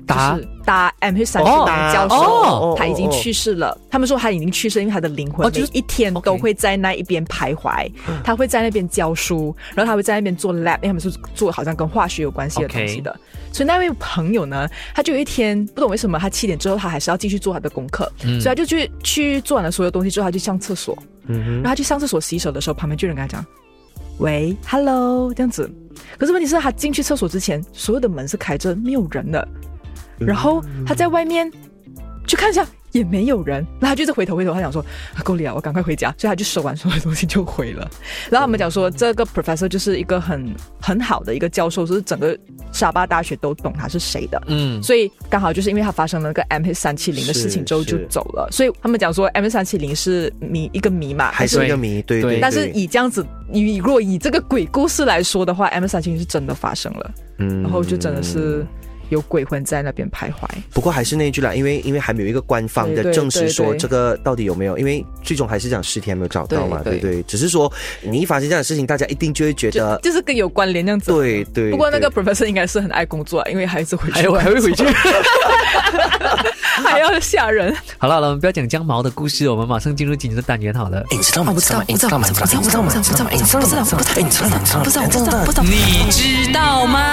[SPEAKER 5] 打
[SPEAKER 3] 就是打 MH 三七零
[SPEAKER 5] 哦
[SPEAKER 3] 的教
[SPEAKER 4] 哦
[SPEAKER 3] 授，他已经去世了。他们说他已经去世，因为他的灵魂
[SPEAKER 5] 哦就是
[SPEAKER 3] 每一天
[SPEAKER 5] OK 嗯
[SPEAKER 3] 都会在那一边徘徊，他会在那边教书，然后他会在那边做 lab，因为他们是做好像跟化学有关系的
[SPEAKER 5] OK
[SPEAKER 3] 东西的。所以那位朋友呢，他就有一天不懂为什么，他七点之后他还是要继续做他的功课，
[SPEAKER 5] 嗯
[SPEAKER 3] 所以他就去去做完了所有东西之后，他去上厕所。
[SPEAKER 4] 嗯
[SPEAKER 3] 然后他去上厕所洗手的时候，旁边就有人跟他讲：“喂，hello，这样子。”可是问题是，他进去厕所之前，所有的门是开着，没有人的。
[SPEAKER 4] 嗯
[SPEAKER 3] 然后他在外面去看一下，也没有人。然后他就是回头回头，他想说：“啊，够了，我赶快回家。”所以他就收完所有东西就回了。然后我们讲说，这个 professor 就是一个很很好的一个教授，就是整个沙巴大学都懂他是谁的。
[SPEAKER 5] 嗯，
[SPEAKER 3] 所以刚好就是因为他发生了那个 M H 三七零的事情之后
[SPEAKER 4] 是
[SPEAKER 3] 就是走了，所以他们讲说 M H 三七零是谜一个谜嘛，
[SPEAKER 4] 还是一个谜，对对
[SPEAKER 5] 对
[SPEAKER 4] 对。
[SPEAKER 3] 但是以这样子，以如果以这个鬼故事来说的话，M 三七零是真的发生了，
[SPEAKER 4] 嗯
[SPEAKER 3] 然后就真的是有鬼魂在那边徘徊。
[SPEAKER 4] 不过还是那一句啦，因为因为还没有一个官方
[SPEAKER 3] 对
[SPEAKER 4] 的
[SPEAKER 3] 对
[SPEAKER 4] 证实说
[SPEAKER 3] 对对
[SPEAKER 4] 这个到底有没有，因为最终还是讲尸体还没有找到嘛，
[SPEAKER 3] 对
[SPEAKER 4] 对
[SPEAKER 3] 对
[SPEAKER 4] 不对？只是说你一发生这样的事情，大家一定就会觉
[SPEAKER 3] 就
[SPEAKER 5] 呃
[SPEAKER 4] 得。
[SPEAKER 3] 就是跟有关联这样子。
[SPEAKER 4] 对对，
[SPEAKER 3] 不过那个
[SPEAKER 4] 对
[SPEAKER 3] professor 应该是很爱工作啊，因为还是回去，
[SPEAKER 5] 还有还会回去。
[SPEAKER 3] 还要吓人。
[SPEAKER 5] 好了好了，我们不要讲姜毛的故事，我们马上进入今天的单元好了。，
[SPEAKER 6] 哎，你知道吗？你知道吗？你知道吗？你知道吗？你知道吗？你知道吗？你知道吗？哎，你知道吗？你知道吗？你知道吗？你知道
[SPEAKER 2] 你
[SPEAKER 6] 吗？
[SPEAKER 2] 知道吗？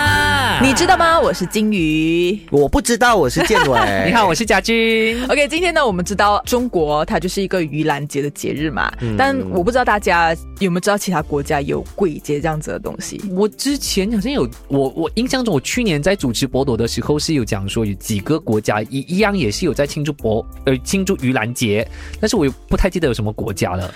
[SPEAKER 3] 你知道吗？我是金鱼。
[SPEAKER 4] 我不知道我是建 伟
[SPEAKER 5] 你好，我是嘉君。
[SPEAKER 3] OK，今天呢，我们知道中国它就是一个盂兰节的节日嘛，
[SPEAKER 5] 嗯
[SPEAKER 3] 但我不知道大家有没有知道其他国家有鬼节这样子的东西。
[SPEAKER 5] 我之前好像有我我印象中，我去年在主持博朵的时候是有讲说有几个国家一一样也是有在庆祝博呃庆祝盂兰节，但是我也不太记得有什么国家了。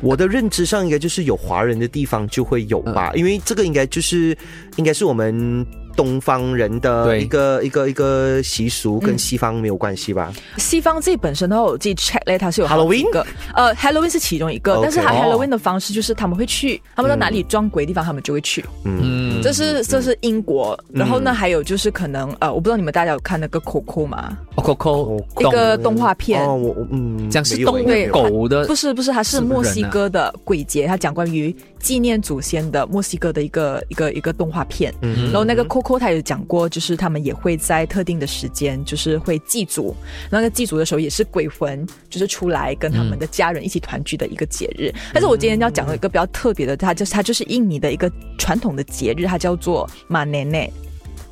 [SPEAKER 4] 我的认知上应该就是有华人的地方就会有吧，
[SPEAKER 3] 嗯
[SPEAKER 4] 因为这个应该就是应该是我们东方人的
[SPEAKER 5] 对
[SPEAKER 4] 一个一个一个习俗，跟西方没有关系吧？
[SPEAKER 3] 西方自己本身的话，我自己 check 嘞，它是有好几个，呃，Halloween 是其中一个
[SPEAKER 4] OK
[SPEAKER 3] 但是它
[SPEAKER 5] 哦
[SPEAKER 3] Halloween 的方式就是他们会去，他们到哪里撞鬼的地方，他们就会去。
[SPEAKER 4] 嗯，
[SPEAKER 5] 嗯，
[SPEAKER 3] 这是这是英国，然后呢，还有就是可能呃，我不知道你们大家有看那个 Coco 吗？
[SPEAKER 5] 哦 Coco
[SPEAKER 3] 一个动画片。
[SPEAKER 4] 哦，我我嗯，
[SPEAKER 5] 讲是
[SPEAKER 4] 没有
[SPEAKER 5] 动物
[SPEAKER 4] 应该没有
[SPEAKER 5] 狗的
[SPEAKER 3] 不，是不是，它是
[SPEAKER 5] 什么人啊
[SPEAKER 3] 墨西哥的鬼节，它讲关于纪念祖先的墨西哥的一个一个一个动画片。
[SPEAKER 4] 嗯
[SPEAKER 3] 然后那个 Coco 他有讲过，就是他们也会在特定的时间，就是会祭祖。那个祭祖的时候，也是鬼魂就是出来跟他们的家人一起团聚的一个节日。但是我今天要讲的一个比较特别的，它就是它就是印尼的一个传统的节日，它叫做马年内。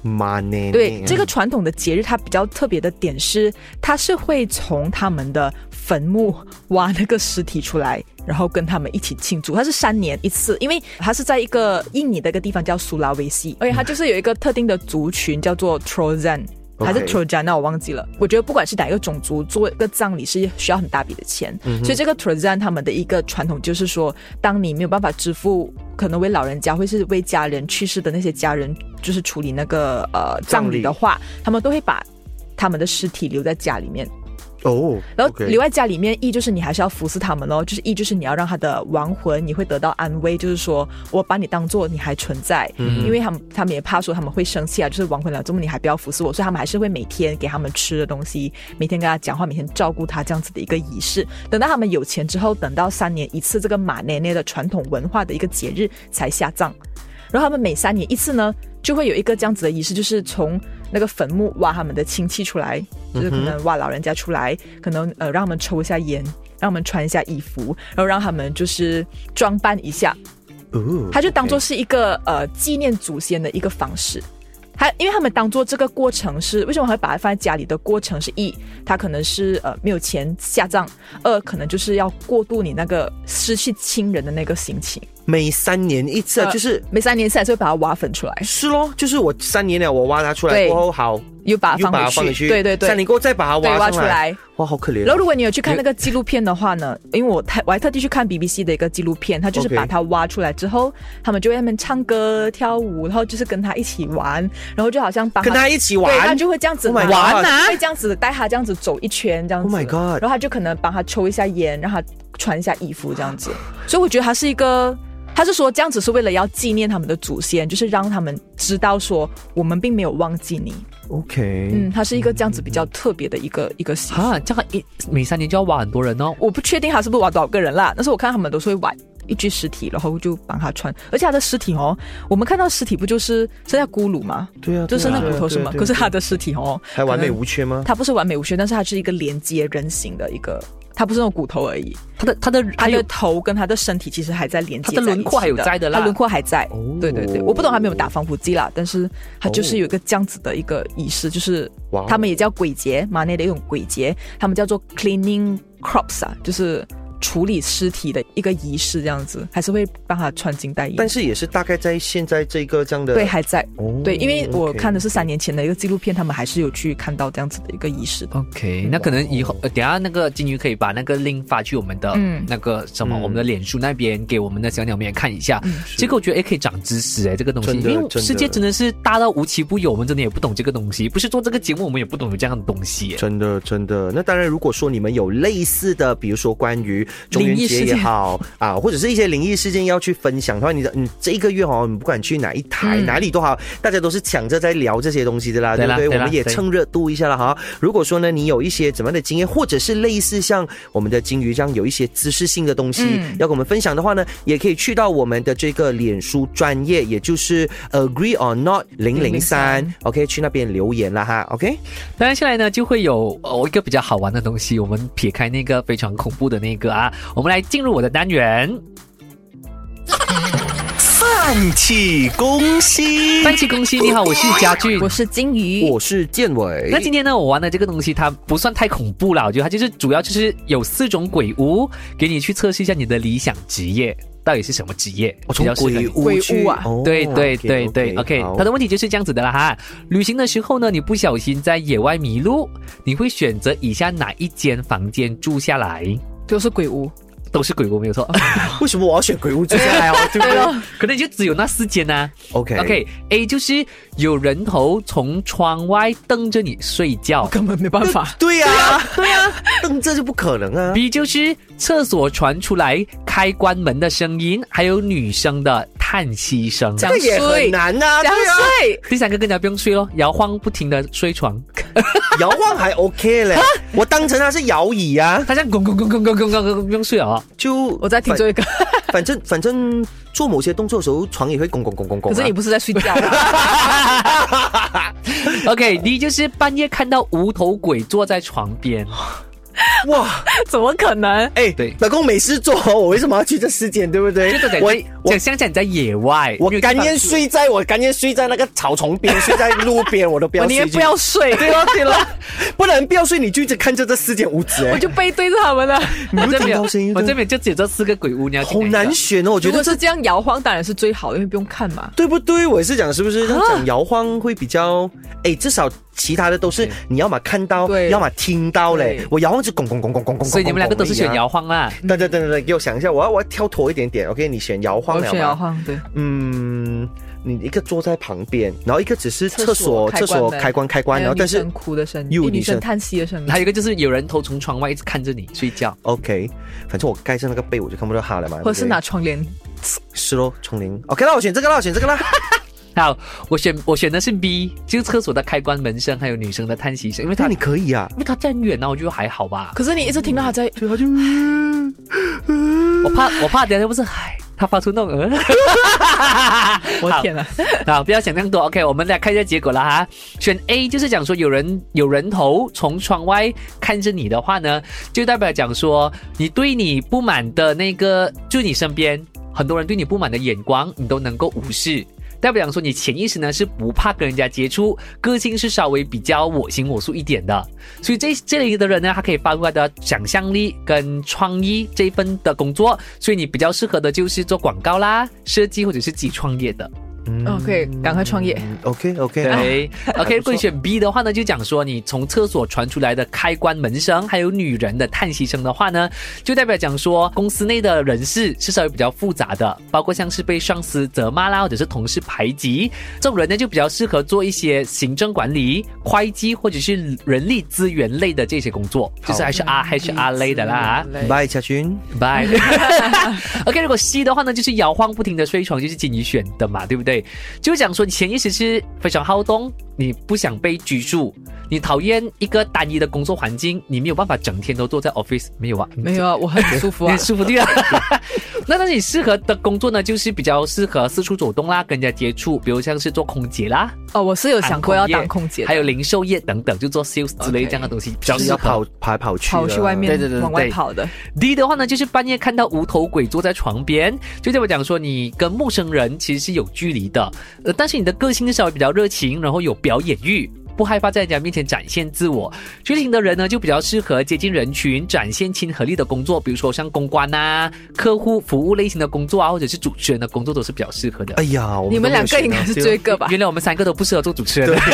[SPEAKER 4] 妈呢？
[SPEAKER 3] 对，这个传统的节日，它比较特别的点是，它是会从他们的坟墓挖那个尸体出来，然后跟他们一起庆祝。它是三年一次，因为它是在一个印尼的一个地方叫苏拉威西，而且它就是有一个特定的族群叫做 Trojan。还是
[SPEAKER 4] OK
[SPEAKER 3] Trojan，那我忘记了。我觉得不管是哪一个种族，做一个葬礼是需要很大笔的钱，所以这个 Trojan 他们的一个传统就是说，当你没有办法支付，可能为老人家或是为家人去世的那些家人，就是处理那个呃
[SPEAKER 4] 葬
[SPEAKER 3] 葬
[SPEAKER 4] 礼
[SPEAKER 3] 礼的话，他们都会把他们的尸体留在家里面。
[SPEAKER 4] 哦，
[SPEAKER 3] 然后
[SPEAKER 4] OK
[SPEAKER 3] 留在家里面，意就是你还是要服侍他们咯，就是意就是你要让他的亡魂你会得到安慰，就是说我把你当做你还存在，
[SPEAKER 4] 嗯
[SPEAKER 3] 因为他们他们也怕说他们会生气啊，就是亡魂了这么你还不要服侍我，所以他们还是会每天给他们吃的东西，每天跟他讲话，每天照顾他这样子的一个仪式。等到他们有钱之后，等到三年一次这个马奶奶的传统文化的一个节日才下葬。然后他们每三年一次呢，就会有一个这样子的仪式，就是从那个坟墓挖他们的亲戚出来，就是可能挖老人家出来，可能呃让他们抽一下烟，让他们穿一下衣服，然后让他们就是装扮一下，
[SPEAKER 4] 哦
[SPEAKER 3] 他就当做是一个呃纪念祖先的一个方式。他因为他们当做这个过程是为什么会把它放在家里的过程是一，他可能是呃没有钱下葬，二可能就是要过渡你那个失去亲人的那个心情，
[SPEAKER 4] 每三年一次啊，
[SPEAKER 3] 呃
[SPEAKER 4] 就是
[SPEAKER 3] 每三年次还是会把它挖坟出来。
[SPEAKER 4] 是咯，就是我三年了，我挖它出来
[SPEAKER 3] 对
[SPEAKER 4] 过后好，
[SPEAKER 3] 又把它
[SPEAKER 4] 又
[SPEAKER 3] 放
[SPEAKER 4] 把它
[SPEAKER 3] 回
[SPEAKER 4] 放回去，
[SPEAKER 3] 对对对，
[SPEAKER 4] 三年过后再把它
[SPEAKER 3] 对
[SPEAKER 4] 挖
[SPEAKER 3] 挖出
[SPEAKER 4] 上来，
[SPEAKER 3] 来。
[SPEAKER 4] 哇，好可怜
[SPEAKER 3] 然
[SPEAKER 4] 哦。
[SPEAKER 3] 后如果你有去看那个纪录片的话呢，因为我太我还特地去看 BBC 的一个纪录片，他就是
[SPEAKER 4] OK
[SPEAKER 3] 把它挖出来之后，他们就会在那边唱歌跳舞，然后就是跟他一起玩，然后就好像帮
[SPEAKER 4] 跟他一起
[SPEAKER 3] 对，他
[SPEAKER 4] 玩，
[SPEAKER 3] 就会这样子
[SPEAKER 4] Oh my
[SPEAKER 3] 拿
[SPEAKER 4] God
[SPEAKER 3] 会这样子带他这样子走一圈这样子
[SPEAKER 4] Oh my God
[SPEAKER 3] 然后他就可能帮他抽一下烟，让他穿一下衣服这样子，所以我觉得他是一个。他是说这样子是为了要纪念他们的祖先，就是让他们知道说我们并没有忘记你。
[SPEAKER 4] OK，
[SPEAKER 3] 嗯，它是一个这样子比较特别的一个一个习俗。
[SPEAKER 5] 啊，这样一每三年就要挖很多人哦。
[SPEAKER 3] 我不确定他是不是挖多少个人啦，但是我看他们都是会挖一具尸体，然后就帮他穿。而且他的尸体哦，我们看到尸体不就是剩下骨骼吗？
[SPEAKER 4] 对啊，
[SPEAKER 3] 就
[SPEAKER 4] 对
[SPEAKER 3] 剩
[SPEAKER 4] 啊
[SPEAKER 3] 下骨头什么？
[SPEAKER 4] 对啊对啊
[SPEAKER 3] 可是
[SPEAKER 4] 对啊
[SPEAKER 3] 他的尸体哦，
[SPEAKER 4] 还完美无缺吗？
[SPEAKER 3] 它不是完美无缺，但是它是一个连接人形的一个，它不是那种骨头而已，
[SPEAKER 5] 他的他的
[SPEAKER 3] 它
[SPEAKER 5] 还
[SPEAKER 3] 的
[SPEAKER 5] 有
[SPEAKER 3] 头跟它的身体其实还在连接在一
[SPEAKER 5] 它
[SPEAKER 3] 起
[SPEAKER 5] 的轮廓还有在的啦
[SPEAKER 3] 它轮廓还在。
[SPEAKER 4] 哦
[SPEAKER 3] 对对对，我不懂他没有打防腐剂啦，但是它就是有一个这样子的一个仪式，就是
[SPEAKER 4] 哇哦
[SPEAKER 3] 他们也叫鬼节，马内的一种鬼节，他们叫做 cleaning crops 啊，就是处理尸体的一个仪式，这样子还是会帮他穿金戴银。
[SPEAKER 4] 但是也是大概在现在这个这样的
[SPEAKER 3] 对，还在。
[SPEAKER 4] 哦
[SPEAKER 3] 对，因为我
[SPEAKER 4] OK
[SPEAKER 3] 看的是三年前的一个纪录片，他们还是有去看到这样子的一个仪式的。
[SPEAKER 5] OK，那可能以后、呃、等一下那个金鱼可以把那个 link 发去我们的
[SPEAKER 3] 嗯
[SPEAKER 5] 那个什么，
[SPEAKER 4] 嗯
[SPEAKER 5] 我们的脸书那边给我们的小鸟们也看一下。这个我觉得哎可以长知识哎，这个东西，
[SPEAKER 4] 真的
[SPEAKER 5] 因为
[SPEAKER 4] 真的
[SPEAKER 5] 世界真的是大到无奇不有，我们真的也不懂这个东西，不是做这个节目我们也不懂有这样的东西。哎
[SPEAKER 4] 真的，真的。那当然，如果说你们有类似的，比如说关于中元节
[SPEAKER 3] 灵异
[SPEAKER 4] 也
[SPEAKER 3] 事件
[SPEAKER 4] 好啊， 或者是一些灵异事件要去分享的话，你的你这一个月哦，你不管去哪一台、哪里都好，大家都是抢着在聊这些东西的啦，
[SPEAKER 5] 对
[SPEAKER 4] 对
[SPEAKER 5] 啦
[SPEAKER 4] 不对？
[SPEAKER 5] 对啦
[SPEAKER 4] 我们也
[SPEAKER 5] 对
[SPEAKER 4] 蹭热度一下了哈。如果说呢，你有一些怎么样的经验，或者是类似像我们的金鱼这样有一些知识性的东西、
[SPEAKER 3] 嗯
[SPEAKER 4] 要跟我们分享的话呢，也可以去到我们的这个脸书专业，也就是呃 Agree or Not 零零三
[SPEAKER 3] 003
[SPEAKER 4] ，OK，去那边留言啦哈，OK。
[SPEAKER 5] 当然，下来呢就会有呃我一个比较好玩的东西。我们撇开那个非常恐怖的那个啊，我们来进入我的单元。
[SPEAKER 6] 泛起攻心，
[SPEAKER 5] 番茄公司，你好，我是家俊
[SPEAKER 3] 我。是金鱼，
[SPEAKER 4] 我是建伟。
[SPEAKER 5] 那今天呢，我玩的这个东西它不算太恐怖啦，我觉得它就是主要就是有四种鬼屋，给你去测试一下你的理想职业到底是什么职业，
[SPEAKER 4] 我
[SPEAKER 5] 比
[SPEAKER 4] 从
[SPEAKER 5] 较适合
[SPEAKER 4] 鬼
[SPEAKER 5] 你。
[SPEAKER 4] 屋
[SPEAKER 3] 鬼
[SPEAKER 4] 去
[SPEAKER 3] 屋啊
[SPEAKER 4] 哦
[SPEAKER 5] 对对对对，OK，
[SPEAKER 4] 好
[SPEAKER 5] 它的问题就是这样子的啦哈。旅行的时候呢，你不小心在野外迷路，你会选择以下哪一间房间住下来？
[SPEAKER 3] 就是鬼屋，
[SPEAKER 5] 都是鬼屋，没有错。
[SPEAKER 4] 为什么我要选鬼屋住下来哦？对不对
[SPEAKER 5] 可能就只有那四间呐、
[SPEAKER 4] ？OK
[SPEAKER 5] OK，A 就是有人头从窗外瞪着你睡觉
[SPEAKER 3] 根本没办法。
[SPEAKER 4] 对呀对呀，那这就不可能啊。
[SPEAKER 5] ；B 就是厕所传出来开关门的声音，还有女生的叹息声。
[SPEAKER 3] 这
[SPEAKER 4] 这也很难呐，
[SPEAKER 3] 两
[SPEAKER 4] 对 啊，
[SPEAKER 3] 岁，
[SPEAKER 5] 第三个更加不用睡咯，摇晃不停的睡床，
[SPEAKER 4] 摇晃还 OK 嘞，我当成它是摇椅啊，
[SPEAKER 5] 他这样滚滚滚滚滚滚滚滚不用睡哦。
[SPEAKER 4] 就
[SPEAKER 3] 我在听
[SPEAKER 4] 反
[SPEAKER 3] 这 一个，
[SPEAKER 4] 反正反正做某些动作的时候，床也会拱拱拱拱拱
[SPEAKER 3] 可
[SPEAKER 4] 啊。
[SPEAKER 3] 是你不是在睡觉 啊？
[SPEAKER 5] OK，D 就是半夜看到无头鬼坐在床边，
[SPEAKER 4] 哇，
[SPEAKER 3] 怎么可能？
[SPEAKER 4] 哎，
[SPEAKER 5] 对
[SPEAKER 4] 老公没事做，我为什么要去这世间，对不对
[SPEAKER 5] 就这？
[SPEAKER 4] 我
[SPEAKER 5] 在
[SPEAKER 4] 我
[SPEAKER 5] 想象在你在野外，
[SPEAKER 4] 我
[SPEAKER 5] 没有地
[SPEAKER 4] 甘
[SPEAKER 5] 方
[SPEAKER 4] 愿
[SPEAKER 5] 住
[SPEAKER 4] 睡在我甘愿睡在那个草丛边，睡在路边，我都不
[SPEAKER 3] 我
[SPEAKER 4] 要
[SPEAKER 3] 宁
[SPEAKER 4] 睡
[SPEAKER 3] 愿不
[SPEAKER 4] 进去。
[SPEAKER 3] 要睡，
[SPEAKER 4] 对了对了，不然不要睡，你就一直看着这世间无止。哎
[SPEAKER 3] 我就背对着他们啊 了。
[SPEAKER 5] 我这边
[SPEAKER 4] 你会听到声音
[SPEAKER 5] 我这边就只有这四个鬼屋，你要去
[SPEAKER 4] 好
[SPEAKER 5] 哪一个
[SPEAKER 4] 难选哦，我觉
[SPEAKER 3] 如
[SPEAKER 4] 得
[SPEAKER 3] 果
[SPEAKER 4] 这
[SPEAKER 3] 是这样摇晃，当然是最好的，因为不用看嘛。
[SPEAKER 4] 对不对？我也是讲是不
[SPEAKER 3] 啊
[SPEAKER 4] 是？他讲摇晃会比较，哎，至少其他的都是
[SPEAKER 5] 对
[SPEAKER 4] 你要么看到，
[SPEAKER 3] 对
[SPEAKER 4] 要么听到嘞
[SPEAKER 3] 对。
[SPEAKER 4] 我摇晃就拱拱拱拱拱拱，
[SPEAKER 5] 所以你们两个都是选摇
[SPEAKER 4] 拱。
[SPEAKER 5] 晃啦。
[SPEAKER 4] 等等等等等，给我想一下，我要我要跳脱一点点。OK，你选摇晃
[SPEAKER 3] 我
[SPEAKER 4] 了
[SPEAKER 3] 选摇
[SPEAKER 4] 吗？
[SPEAKER 3] 晃，对，
[SPEAKER 4] 嗯，你一个坐在旁边，然后一个只是厕
[SPEAKER 3] 厕所
[SPEAKER 4] 所厕所
[SPEAKER 3] 开关门
[SPEAKER 4] 开关开关，
[SPEAKER 3] 还
[SPEAKER 4] 然
[SPEAKER 3] 有
[SPEAKER 4] 后
[SPEAKER 3] 女
[SPEAKER 4] 但是
[SPEAKER 3] 生哭的声音，
[SPEAKER 4] 又
[SPEAKER 3] 一
[SPEAKER 4] 女
[SPEAKER 3] 女
[SPEAKER 4] 生
[SPEAKER 3] 生叹息的声音
[SPEAKER 5] 还。有一个就是有人头从窗外一直看着你睡觉，
[SPEAKER 4] OK，反正我盖上那个被我就看不到他了嘛。
[SPEAKER 3] 或者是
[SPEAKER 4] 对不对
[SPEAKER 3] 拿窗帘，
[SPEAKER 4] 是咯，丛林。OK，那我选这个啦，我选这个 啦。
[SPEAKER 5] 好，我选我选的是 B，就是厕所的开关门声，还有女生的叹息声，因为
[SPEAKER 4] 那
[SPEAKER 5] 他
[SPEAKER 4] 你
[SPEAKER 5] 因
[SPEAKER 4] 可以啊，
[SPEAKER 5] 为他站远呢、我觉得还好吧。
[SPEAKER 3] 可是你一直听到他在，
[SPEAKER 4] 嗯对，他就。
[SPEAKER 5] 我怕我怕等下不是唉，他发出那种呃，
[SPEAKER 3] 我哦天啊哪！
[SPEAKER 5] 好，不要想那么多。OK，我们来看一下结果了哈。选 A 就是讲说有人有人头从窗外看着你的话呢，就代表讲说你对你不满的那个，就你身边很多人对你不满的眼光，你都能够无视。代表讲说，你潜意识呢是不怕跟人家接触，个性是稍微比较我行我素一点的，所以这这类的人呢，他可以发挥他的想象力跟创意这一份的工作，所以你比较适合的就是做广告啦、设计或者是自己创业的。
[SPEAKER 4] 嗯
[SPEAKER 3] 哦 OK，赶快创业。
[SPEAKER 4] OK OK，
[SPEAKER 5] 对，OK，
[SPEAKER 4] 还不错
[SPEAKER 5] 如果你选 B 的话呢，就讲说你从厕所传出来的开关门声，还有女人的叹息声的话呢，就代表讲说公司内的人事是稍微比较复杂的，包括像是被上司责骂啦，或者是同事排挤，这种人呢就比较适合做一些行政管理、会计或者是人力资源类的这些工作，就是还是 R 还是 R 类的啦。
[SPEAKER 4] 拜家军，
[SPEAKER 5] 拜。OK，如果 C 的话呢，就是摇晃不停的睡床，就是金鱼选的嘛，对不对？就是讲说你潜意识是非常好动，你不想被拘束，你讨厌一个单一的工作环境，你没有办法整天都坐在 office，没有啊？
[SPEAKER 3] 没
[SPEAKER 4] 嗯
[SPEAKER 3] 有啊，我很舒服
[SPEAKER 5] 你
[SPEAKER 3] 啊
[SPEAKER 5] 很。舒服对啊。 那那你适合的工作呢，就是比较适合四处走动啦，跟人家接触，比如像是做空姐啦，
[SPEAKER 3] 哦，我是有想过要当空姐的，
[SPEAKER 5] 还有零售业等等，就做 sales 之类
[SPEAKER 3] OK
[SPEAKER 5] 这样的东西，比较
[SPEAKER 4] 就是
[SPEAKER 5] 适
[SPEAKER 4] 要
[SPEAKER 5] 合
[SPEAKER 4] 跑。跑来跑去，啊
[SPEAKER 3] 跑去外。面
[SPEAKER 5] 对对对对
[SPEAKER 3] 往外跑的，
[SPEAKER 5] D 的话呢，就是半夜看到无头鬼坐在床边，就代表讲说你跟陌生人其实是有距离的，呃，但是你的个性是稍微比较热情，然后有表演欲。不害怕在人家面前展现自我，觉醒的人呢就比较适合接近人群、展现亲和力的工作，比如说像公关啊、客户服务类型的工作啊，或者是主持人的工作都是比较适合的
[SPEAKER 4] 哎。呀，我
[SPEAKER 3] 你们
[SPEAKER 4] 都
[SPEAKER 3] 两
[SPEAKER 4] 没有
[SPEAKER 3] 个应该是
[SPEAKER 4] 选到
[SPEAKER 3] 追个吧？
[SPEAKER 5] 原来我们三个都不适合做主持人
[SPEAKER 4] 对，
[SPEAKER 5] 啊，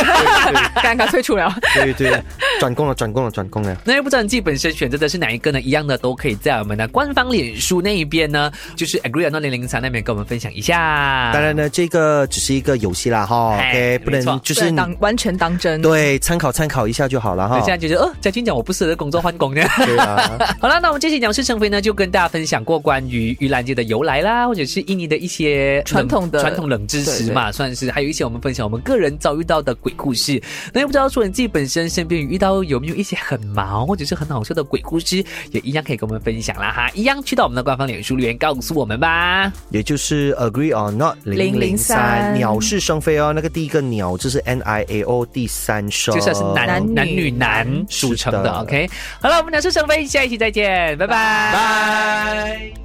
[SPEAKER 4] 对
[SPEAKER 3] 刚刚退出了，
[SPEAKER 4] 对对对，转工了，转工了，转工了。
[SPEAKER 5] 那又不知道你自己本身选择的是哪一个呢？一样的都可以在我们的官方脸书那一边呢，就是 Agree or Not 零零三那边跟我们分享一下。
[SPEAKER 4] 当然呢，这个只是一个游戏啦哈
[SPEAKER 5] 啊哎
[SPEAKER 4] ，OK，不
[SPEAKER 5] 没错
[SPEAKER 4] 能就
[SPEAKER 3] 不
[SPEAKER 4] 是
[SPEAKER 3] 能
[SPEAKER 4] 你
[SPEAKER 3] 当完全当真。
[SPEAKER 4] 对参考参考一下就好了哈
[SPEAKER 5] 等一。下觉得，呃，嘉俊讲我不适合工作换工呢。
[SPEAKER 4] 对啊，
[SPEAKER 5] 好了，那我们这期讲师成飞呢，就跟大家分享过关于盂兰节的由来啦，或者是印尼的一些冷
[SPEAKER 3] 传统的
[SPEAKER 5] 传统冷知识嘛，算是，还有一些我们分享我们个人遭遇到的鬼故事。那又不知道说你自己本身身边遇到有没有一些很毛或者是很好笑的鬼故事，也一样可以跟我们分享啦哈，一样去到我们的官方脸书留言告诉我们吧。
[SPEAKER 4] 也就是 Agree or Not 零
[SPEAKER 3] 003
[SPEAKER 4] 零三，鸟是生非哦。那个第一个鸟就是 N I A O 第三声，
[SPEAKER 5] 就算是男
[SPEAKER 3] 男女
[SPEAKER 5] 男女男组成的
[SPEAKER 4] 是的
[SPEAKER 5] o k 好了，我们鸟是成飞，下一期再见，拜拜。拜。